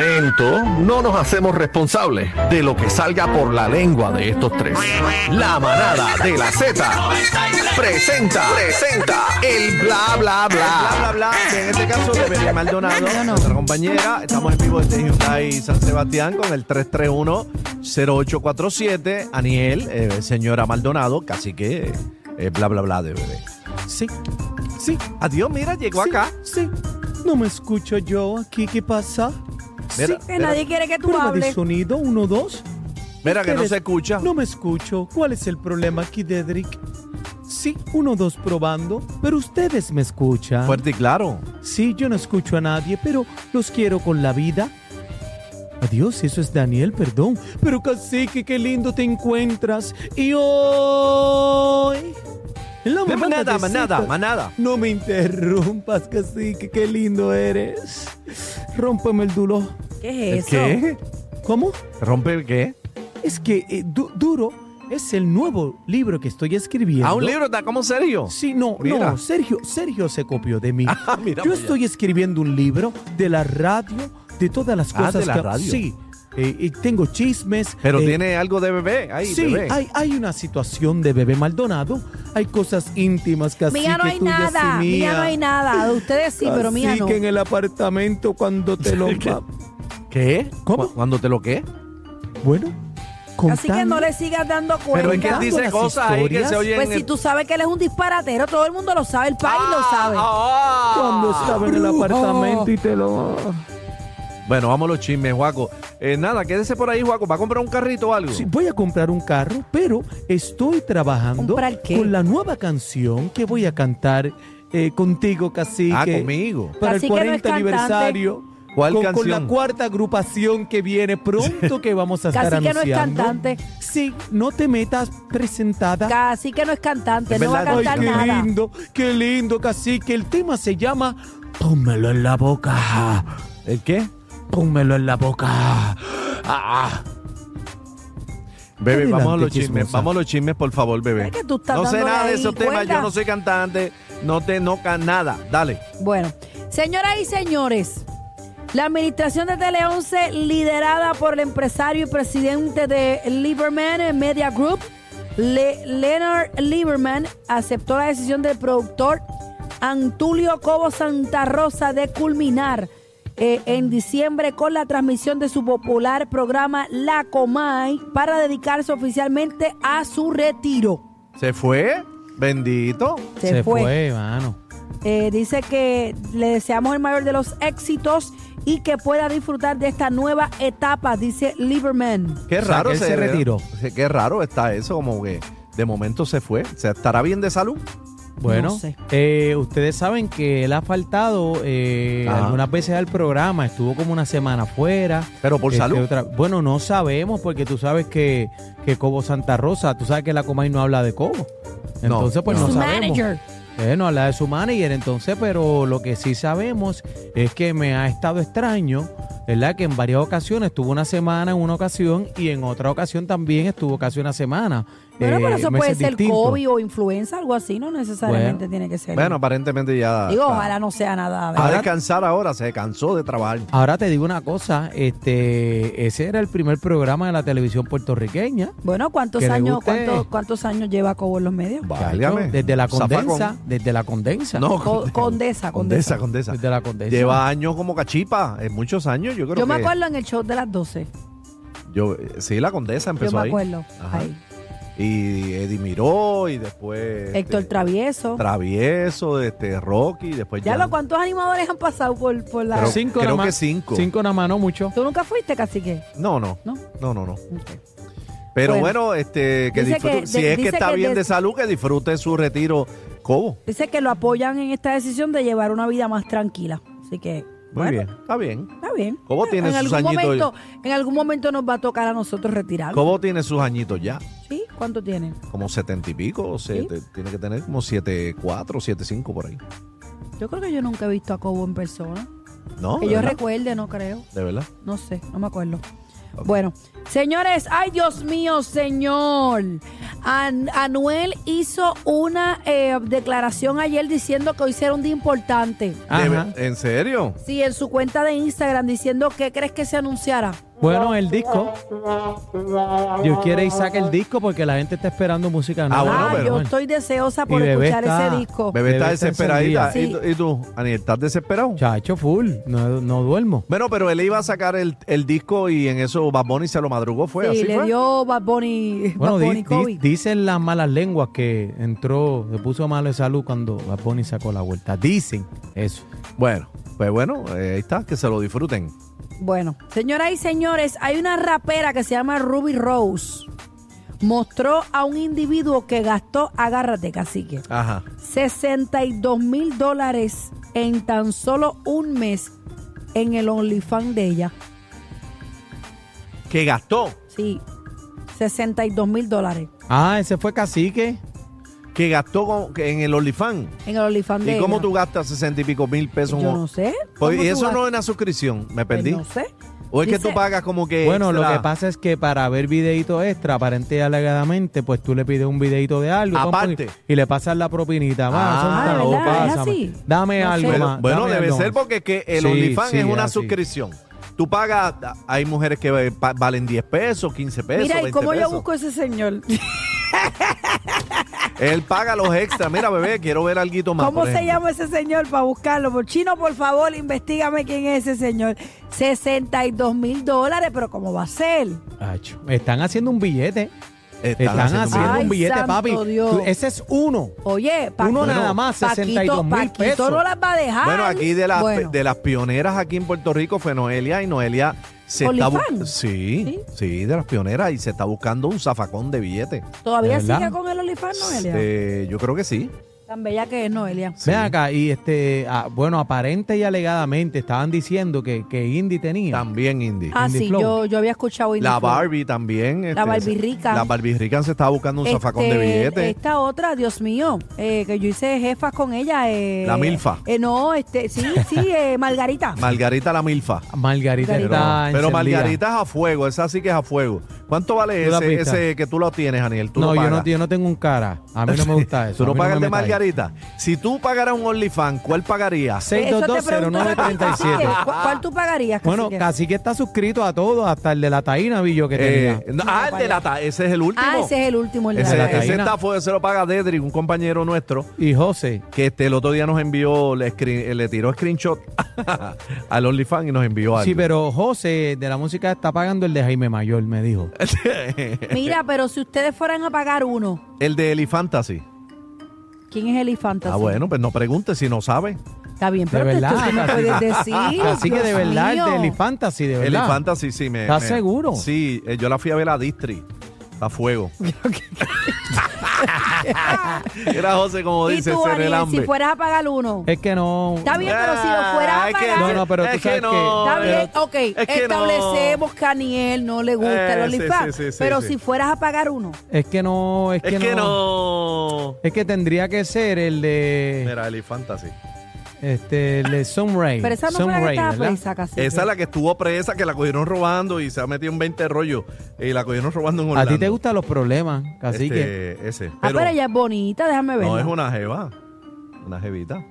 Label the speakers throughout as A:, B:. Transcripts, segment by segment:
A: momento no nos hacemos responsables de lo que salga por la lengua de estos tres. La manada de la Z presenta, presenta el bla bla
B: Bla,
A: bla.
B: bla, bla. que En este caso, de Belén Maldonado, nuestra compañera. Estamos en vivo desde Hyundai San Sebastián con el 331-0847. Aniel, eh, señora Maldonado, casi que eh, bla, bla, bla de bebé.
C: Sí, sí.
B: Adiós, mira, llegó acá.
C: Sí. No me escucho yo aquí. ¿Qué pasa?
B: Mira,
D: Que nadie quiere que tú
C: Prueba de
D: hables.
C: sonido, uno, dos.
B: mira que no
C: ¿Qué
B: se
C: le-
B: escucha.
C: No me escucho. ¿Cuál es el problema aquí, Dedrick? Sí, uno, dos probando. Pero ustedes me escuchan.
B: Fuerte y claro.
C: Sí, yo no escucho a nadie, pero los quiero con la vida. Adiós, eso es Daniel, perdón. Pero cacique, qué lindo te encuentras. Y hoy. La manada
B: Manada,
C: de
B: manada,
C: Zeta.
B: manada.
C: No me interrumpas, cacique, qué lindo eres. Rómpeme el duro.
D: ¿Qué es eso?
B: ¿Qué?
C: ¿Cómo?
B: ¿Rompe el qué?
C: Es que eh, Du- Duro es el nuevo libro que estoy escribiendo.
B: ¿A Ah, un libro está como serio?
C: Sí, no,
B: Mira.
C: no, Sergio, Sergio se copió de mí.
B: Ah, mira
C: Yo
B: para allá.
C: estoy escribiendo un libro de la radio, de todas las
B: Ah,
C: cosas
B: de la
C: que-
B: radio.
C: Sí, eh, y tengo chismes.
B: Pero
C: eh,
B: tiene algo de bebé ahí,
C: sí,
B: bebé.
C: hay, hay una situación de bebé Maldonado, hay cosas íntimas que así
D: Mía no
C: que
D: hay
C: tuyas y
D: nada, mía no hay
C: mías.
D: nada. De ustedes sí, pero mía
C: Así
D: no.
C: que en el apartamento cuando te lo...
B: ¿Qué? ¿Qué?
C: ¿Cómo?
B: ¿Cu- ¿Cuándo te lo qué?
C: Bueno,
D: Así que no
C: contando-
D: le sigas dando
B: Pero es que
D: cuenta.
B: él dice
C: las
B: cosas ahí que
C: historias,
B: se oyen.
D: Pues si tú sabes que él es un disparatero, todo el mundo lo sabe, el país lo sabe.
B: Ah,
C: Cuando estaba en el
D: Brujo.
C: apartamento y te lo...
B: Bueno, vamos a los chismes, Juaco. Eh, nada, quédese por ahí, Juaco. ¿Va a comprar un carrito o algo?
C: Sí, voy a comprar un carro, pero estoy trabajando
D: ¿Comprar qué?
C: con la nueva canción que voy a cantar eh, contigo, Cacique.
B: ah, conmigo.
C: Para
D: Cacique
C: el
D: no es
C: 40
D: cantante.
C: aniversario.
B: ¿Cuál
C: con, con
B: canción?
C: la cuarta agrupación que viene pronto que vamos a estar
D: Cacique no es
C: anunciando.
D: cantante.
C: Sí, no te metas presentada.
D: Casi que no es cantante,
B: Es
D: no va a
B: verdad,
D: cantar
C: Ay, qué
D: nada.
C: lindo, qué lindo, Cacique. El tema se llama Pónmelo en la boca.
B: ¿El qué?
C: Pónmelo en la boca. Ah.
B: Bebé,
C: Adelante,
B: vamos a los
C: chismosa.
B: chismes. Vamos a los chismes, por favor, bebé.
D: Es que tú estás
B: No sé
D: dándole
B: nada de
D: ahí
B: esos temas.
D: cuerda.
B: Yo no soy cantante. No te noca nada. Dale.
D: Bueno, señoras y señores, la administración de Tele 11, liderada por el empresario y presidente de Lieberman Media Group, Le- Leonard Lieberman, aceptó la decisión del productor Antulio Cobo Santa Rosa de culminar eh, en diciembre con la transmisión de su popular programa La Comay para dedicarse oficialmente a su retiro.
B: ¿Se fue? Bendito.
D: Se, fue.
C: mano.
D: Eh, dice que le deseamos el mayor de los éxitos y que pueda disfrutar de esta nueva etapa, dice Lieberman.
B: Qué
C: O sea,
B: raro
C: que él se retiró.
B: Sí, Qué raro está eso, como que de momento se fue. O sea, ¿Estará bien de salud?
C: Bueno,
D: No sé.
C: eh, ustedes saben que él ha faltado eh,
B: Ajá.
C: algunas veces al programa, estuvo como una semana afuera.
B: Pero por
C: Este,
B: salud.
C: otra- bueno, no sabemos porque tú sabes que, que Cobo Santa Rosa, tú sabes que la Comay no habla de Cobo.
B: No.
C: Entonces, pues
D: Y
C: no
D: su
C: sabemos.
D: manager.
C: Eh, no habla de su manager, entonces, pero lo que sí sabemos es que me ha estado extraño, ¿verdad? Que en varias ocasiones estuvo una semana en una ocasión y en otra ocasión también estuvo casi una semana.
D: Bueno,
C: eh,
D: pero eso puede
C: meses
D: ser
C: distintos.
D: COVID o influenza, algo así, no necesariamente tiene que ser.
B: Bueno, ah, aparentemente ya.
D: Digo,
B: está.
D: ojalá no sea nada.
B: A
D: ¿verdad?
B: descansar ahora, se cansó de trabajar.
C: Ahora te digo una cosa, este, ese era el primer programa de la televisión puertorriqueña.
D: Bueno, ¿cuántos
C: que le
D: años,
C: guste.
D: cuántos, cuántos años lleva Cobo en los medios?
B: Válgame.
C: Desde la
B: Zafacón.
C: condensa, desde la condensa.
B: No,
D: Co- condesa, condesa.
B: condesa, condesa.
C: Desde la condensa.
B: Lleva años como cachipa, en muchos años, yo creo
D: Yo
B: que.
D: me acuerdo en el show de las 12.
B: Yo, eh, sí, la condesa
D: Yo
B: empezó
D: me
B: ahí.
D: acuerdo.
B: Ajá.
D: ahí.
B: Y Eddie Miró, y después.
D: Héctor
B: este,
D: Travieso.
B: Travieso, este, Rocky, y después
D: ya
B: ya.
D: lo cuántos animadores han pasado por, por la.
B: Pero-
C: cinco
B: creo
C: nada más.
B: que cinco.
C: Cinco nada más, no mucho.
D: ¿Tú nunca fuiste, cacique?
B: No, no.
D: ¿No?
B: No, no, no.
D: Ok.
B: Pero bueno,
D: Bueno.
B: este, que
D: Dice
B: disfrute.
D: que-
B: si
D: de-
B: es que
D: dice
B: está
D: que
B: bien de
D: de-
B: salud, que disfrute su retiro. ¿Cómo?
D: Dice que lo apoyan en esta decisión de llevar una vida más tranquila. Así que,
B: Muy
D: bueno,
B: bien, está bien.
D: está bien.
B: Cobo tiene
D: en
B: sus
D: algún
B: añitos
D: momento, En algún momento nos va a tocar a nosotros retirarnos.
B: Cobo tiene sus añitos ya,
D: ¿Sí? ¿Cuánto tiene?
B: como setenta y pico, o
D: Sí.
B: siete- tiene que tener como siete cuatro, siete cinco por ahí.
D: Yo creo que yo nunca he visto a Cobo en persona.
B: No,
D: que
B: de
D: yo
B: verdad,
D: recuerde, no creo.
B: de verdad.
D: No sé, no me acuerdo. Bueno, señores, ay Dios mío, señor. An- Anuel hizo una eh, declaración ayer diciendo que hoy será un día importante.
C: Ajá.
B: Debe- ¿En serio?
D: Sí, en su cuenta de Instagram diciendo que crees que se anunciará.
C: Bueno, el disco. Dios quiere y saque el disco porque la gente está esperando música nueva.
B: Ah, bueno,
D: ah,
B: pero
D: yo
B: bueno.
D: estoy deseosa por
C: Y Bebé
D: escuchar
C: está-
D: ese disco.
B: Bebé está
C: Bebé Oh. está
B: desesperadita. ¿Y,
D: encendida.
B: tú- y tú, Aniel, estás desesperado?
C: Chacho, full. No, no duermo.
B: Bueno, pero él iba a sacar el, el disco y en eso Bad Bunny se lo madrugó, ¿fue
D: sí,
B: así?
D: le
B: fue?
D: dio Bad Bunny,
C: Bueno,
D: Bad
C: di-
D: Bunny
C: di-
D: COVID.
C: dicen las malas lenguas que entró, se puso malo de salud cuando Bad Bunny sacó la vuelta. Dicen eso.
B: Bueno, pues bueno, eh, ahí está, que se lo disfruten.
D: Bueno, señoras y señores, hay una rapera que se llama Ruby Rose. Mostró a un individuo que gastó, agárrate cacique,
B: Ajá.
D: 62 mil dólares en tan solo un mes en el OnlyFans de ella.
B: Que gastó,
D: Sí, 62 mil dólares
C: Ah, ese fue cacique.
B: que gastó con- que en el OnlyFans.
D: en el OnlyFans de
B: ¿Y cómo
D: ella.
B: tú gastas sesenta y pico mil pesos?
D: Yo no sé.
B: Pues,
D: ¿Cómo
B: y
D: tú
B: eso
D: gastas?
B: no es una suscripción, me
D: Pues
B: perdí.
D: No sé.
B: o es que
D: Dice-
B: tú pagas como que.
C: Bueno, lo
B: extra?
C: que pasa es que para ver videito extra, aparente y alegadamente, pues tú le pides un videito de algo. compa,
B: Aparte.
C: Y y le pasas la propinita.
B: Ah,
C: Ah,
B: ¿verdad?
C: son tan-
B: ¿Es
C: pásame.
D: así?
C: Dame
D: No
C: algo
D: sé.
B: Bueno,
C: más.
B: bueno,
C: dame
B: debe
C: algo
B: ser
C: más.
B: porque que el
C: Sí,
B: OnlyFans
C: sí,
B: es una
C: así.
B: suscripción. Tú pagas, hay mujeres que eh, pa- valen 10 pesos, 15 pesos.
D: Mira, ¿y
B: 20
D: cómo yo
B: pesos.
D: busco ese señor?
B: Él paga los extras. Mira, bebé, quiero ver algo más.
D: ¿Cómo
B: por
D: se
B: ejemplo.
D: llama ese señor para buscarlo? Por chino, por favor, investigame quién es ese señor. 62 mil dólares, pero ¿cómo va a ser?
C: Acho, Están haciendo un billete.
B: Están,
C: Están haciendo,
B: bien.
C: un
D: Ay,
C: billete,
D: santo
C: papi.
D: Dios.
C: Tú- Ese es uno.
D: Oye,
C: Uno nada más,
D: Paquito-
C: 62 mil
D: Paquito
C: pesos.
D: no las va a dejar.
B: Bueno, aquí de las,
D: Bueno,
B: de las pioneras aquí en Puerto Rico fue Noelia y Noelia se está bu-
D: ¿Olifán?
B: sí, sí, de las pioneras y se está buscando un zafacón de billetes.
D: ¿Todavía
C: ¿De verdad?
D: sigue con el OnlyFans, Ah, Noelia?
B: Eh, yo creo que sí.
D: Tan bella que es, Noelia.
B: Sí.
C: Ven acá, y este, ah, bueno, aparente y alegadamente estaban diciendo que, que Indy tenía.
B: También Indy.
D: Ah,
C: Indie
D: sí,
C: Flow.
D: yo, yo había escuchado Indie
B: La
D: Flow.
B: Barbie también. este,
D: La Barbie Rican.
B: La Barbie Rican se estaba buscando un zafacón de
D: Este,
B: billetes.
D: Esta otra, Dios mío, eh, que yo hice jefas con ella. eh,
B: La Milfa.
D: eh, no, este, sí, sí, eh, Margarita.
B: Margarita la Milfa.
C: Margarita
D: Pero-
C: está
B: Pero
C: encendida.
B: Margarita es a fuego, esa sí que es a fuego. ¿Cuánto vale
C: Tú la
B: ese,
C: pistas.
B: ese que tú lo tienes, Daniel? Tú
C: No,
B: lo
C: yo
B: pagas.
C: no, yo no tengo un cara. A mí no me gusta
B: Tú
C: eso. a
B: no
C: mí me
B: pagas el de
C: metas ahí.
B: Margarita. Si tú pagaras un OnlyFans, ¿cuál pagarías?
D: Así que,
C: 6220937.
D: ¿cu- ¿Cuál tú pagarías?
C: Bueno,
D: cacique?
C: casi que está suscrito a todo, hasta el de la Taína vi yo que
B: Eh, no,
C: tenía.
B: ah, el de la ta- ese es el último.
D: Ah, ese es el último, el de
B: Ese-
D: la
C: la
B: ese
C: taína.
B: está fuego, se lo paga Dedrick, un compañero nuestro,
C: Y José,
B: que este, el otro día nos envió, le, screen- eh, le tiró screenshot al OnlyFans y nos envió algo.
C: sí, pero José de la música está pagando el de Jaime Mayor, me dijo.
D: Mira, pero si ustedes fueran a pagar uno,
B: El de Elifantasy.
D: ¿quién es el Fantasy?
B: Ah, bueno, pues no preguntes si no sabe.
D: Está bien, pero
C: De
D: te-
C: verdad,
D: tú no
C: cacique.
D: puedes decir.
C: Así que de
D: Dios
C: verdad,
D: mío.
C: el de Eli Fantasy, de verdad.
B: Elifantasy, sí. me
C: ¿Estás
B: me-
C: seguro?
B: Sí, eh, yo la fui a ver a Distri. A fuego. Era José como
D: Y
B: dice,
D: tú,
B: se
D: Daniel,
B: relambe.
D: si fueras a pagar uno.
C: Es que no.
D: Está bien, pero si lo fueras
B: Ah,
D: a
B: es que-
D: pagar.
C: No, no, pero tú
B: es
C: sabes
B: que no.
D: Está bien,
B: pero-
D: ok,
B: es que no.
D: establecemos que a Aniel no le gusta el
B: Eh, sí,
D: OnlyFans,
B: sí, sí, sí,
D: pero
B: sí.
D: si fueras a pagar uno,
C: Es que no. Es,
B: Es que, no.
C: Es que tendría que ser el de.
B: Mira, Elifantasy.
C: Este, el de Sunray.
D: pero esa no fue la que
C: Sunray,
D: estaba
C: ¿verdad?
D: presa casi.
B: Esa es la que estuvo presa, que la cogieron robando y se ha metido en 20 rollos. Y la cogieron robando en
C: A
B: Orlando.
C: ti te gustan los problemas, así
B: Este,
C: que.
B: Ese.
D: ah, pero ella es bonita, déjame ver.
B: No, es una jeva. Una jevita.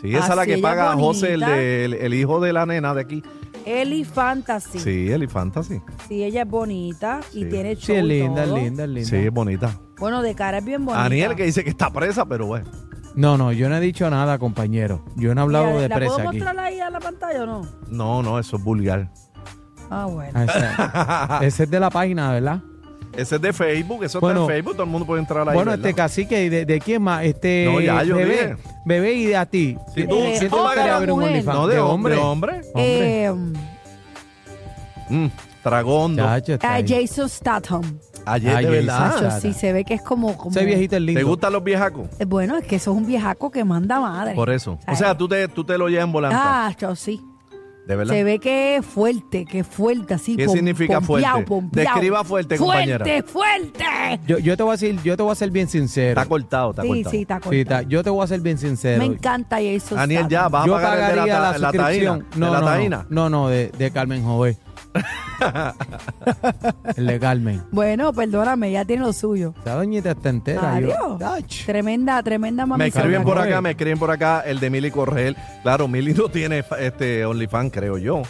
B: Sí,
D: Ah,
B: esa es la
D: sí,
B: que
D: ella es
B: paga a José, el,
D: bonita.
B: de- el- el hijo de la nena de aquí.
D: Eli Fantasy. Sí.
B: Sí, el Fantasy.
D: ella es bonita
B: Sí.
D: y tiene show
C: Sí, es
D: y
C: linda, es
D: todo.
C: linda, es linda.
B: Sí, es bonita.
D: Bueno, de cara es bien bonita.
B: Daniel que dice que está presa, pero bueno.
C: No, no, yo no he dicho nada, compañero. Yo no he hablado
D: Mira,
C: de
D: ¿la
C: presa
D: puedo
C: aquí.
D: mostrar ahí a la pantalla o no?
B: No, no, eso es vulgar.
D: Ah, bueno.
C: Ah, esa- Ese es de la página, ¿verdad?
B: Ese es de Facebook, eso
C: Bueno.
B: está en Facebook, todo el mundo puede entrar ahí.
C: bueno,
B: ¿verdad?
C: este cacique, ¿y de, de quién más? Este,
B: No, ya, yo
C: bebé,
B: dije.
C: bebé y de a ti.
B: Si
C: ¿Quién-
B: tú-
D: Eh,
C: quién te
B: otra
C: gustaría ver un
D: mujer.
C: OnlyFans?
B: No, de, hombre. De hombre.
C: Hombre.
D: Eh,
B: Mm, tragondo.
C: Chacho, está
D: a
C: ahí.
D: Jason Statham.
B: Ayer,
C: Ay,
B: de verdad.
C: Jason.
D: Yo
C: Ah,
D: sí,
C: está.
D: se ve que es como... como
C: Ese viejito es lindo.
B: ¿Te gustan los viejacos?
D: Eh, Bueno, es que eso es un viejaco que manda madre.
B: Por eso. O
D: Ay.
B: sea, tú te, tú te lo llevas en volante.
D: Ah, yo sí.
B: de verdad.
D: Se ve que es fuerte, que es fuerte, así.
B: ¿Qué
D: pom-
B: significa
D: pompeado,
B: fuerte?
D: pompeado.
B: Describa fuerte, compañera.
D: ¡Fuerte, fuerte!
C: Yo, yo te voy a decir, yo te voy a ser bien sincero.
B: Está cortado, está
D: Sí,
B: cortado.
D: sí, está
C: Sí,
D: cortado.
C: está- yo te voy a ser bien sincero.
D: Me encanta Jason
B: Daniel, ya,
D: Statham.
B: vas a
C: yo
B: pagar el de
C: pagaría
B: la,
C: la,
B: ta- la taína.
C: suscripción.
B: de
C: No,
B: la
C: no,
B: taína.
C: no, no, no, de, de Carmen Jovet. El de Carmen.
D: Bueno, perdóname, ya tiene lo suyo.
C: Esa doñita está entera. yo-
D: Adiós.
C: Ach.
D: Tremenda, tremenda mamá.
B: Me escriben por
C: Samuel.
B: acá, me escriben por acá el de Mili Correl. Claro, Mili no tiene este OnlyFans, creo yo.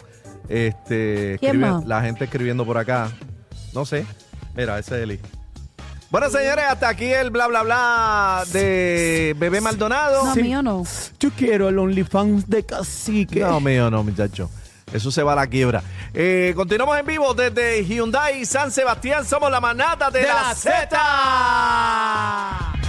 B: Este,
D: ¿Quién
B: escribe-
D: más?
B: la gente escribiendo por acá. No sé. Mira, ese es Eli. Bueno, señores, hasta aquí el bla bla bla de Bebé Maldonado.
D: No,
C: Sí.
D: mío no.
C: Yo quiero el OnlyFans de Cacique.
B: No, mío, no, muchacho. Eso se va a la quiebra. Eh, continuamos en vivo desde Hyundai San Sebastián. Somos la manada de, la, Z.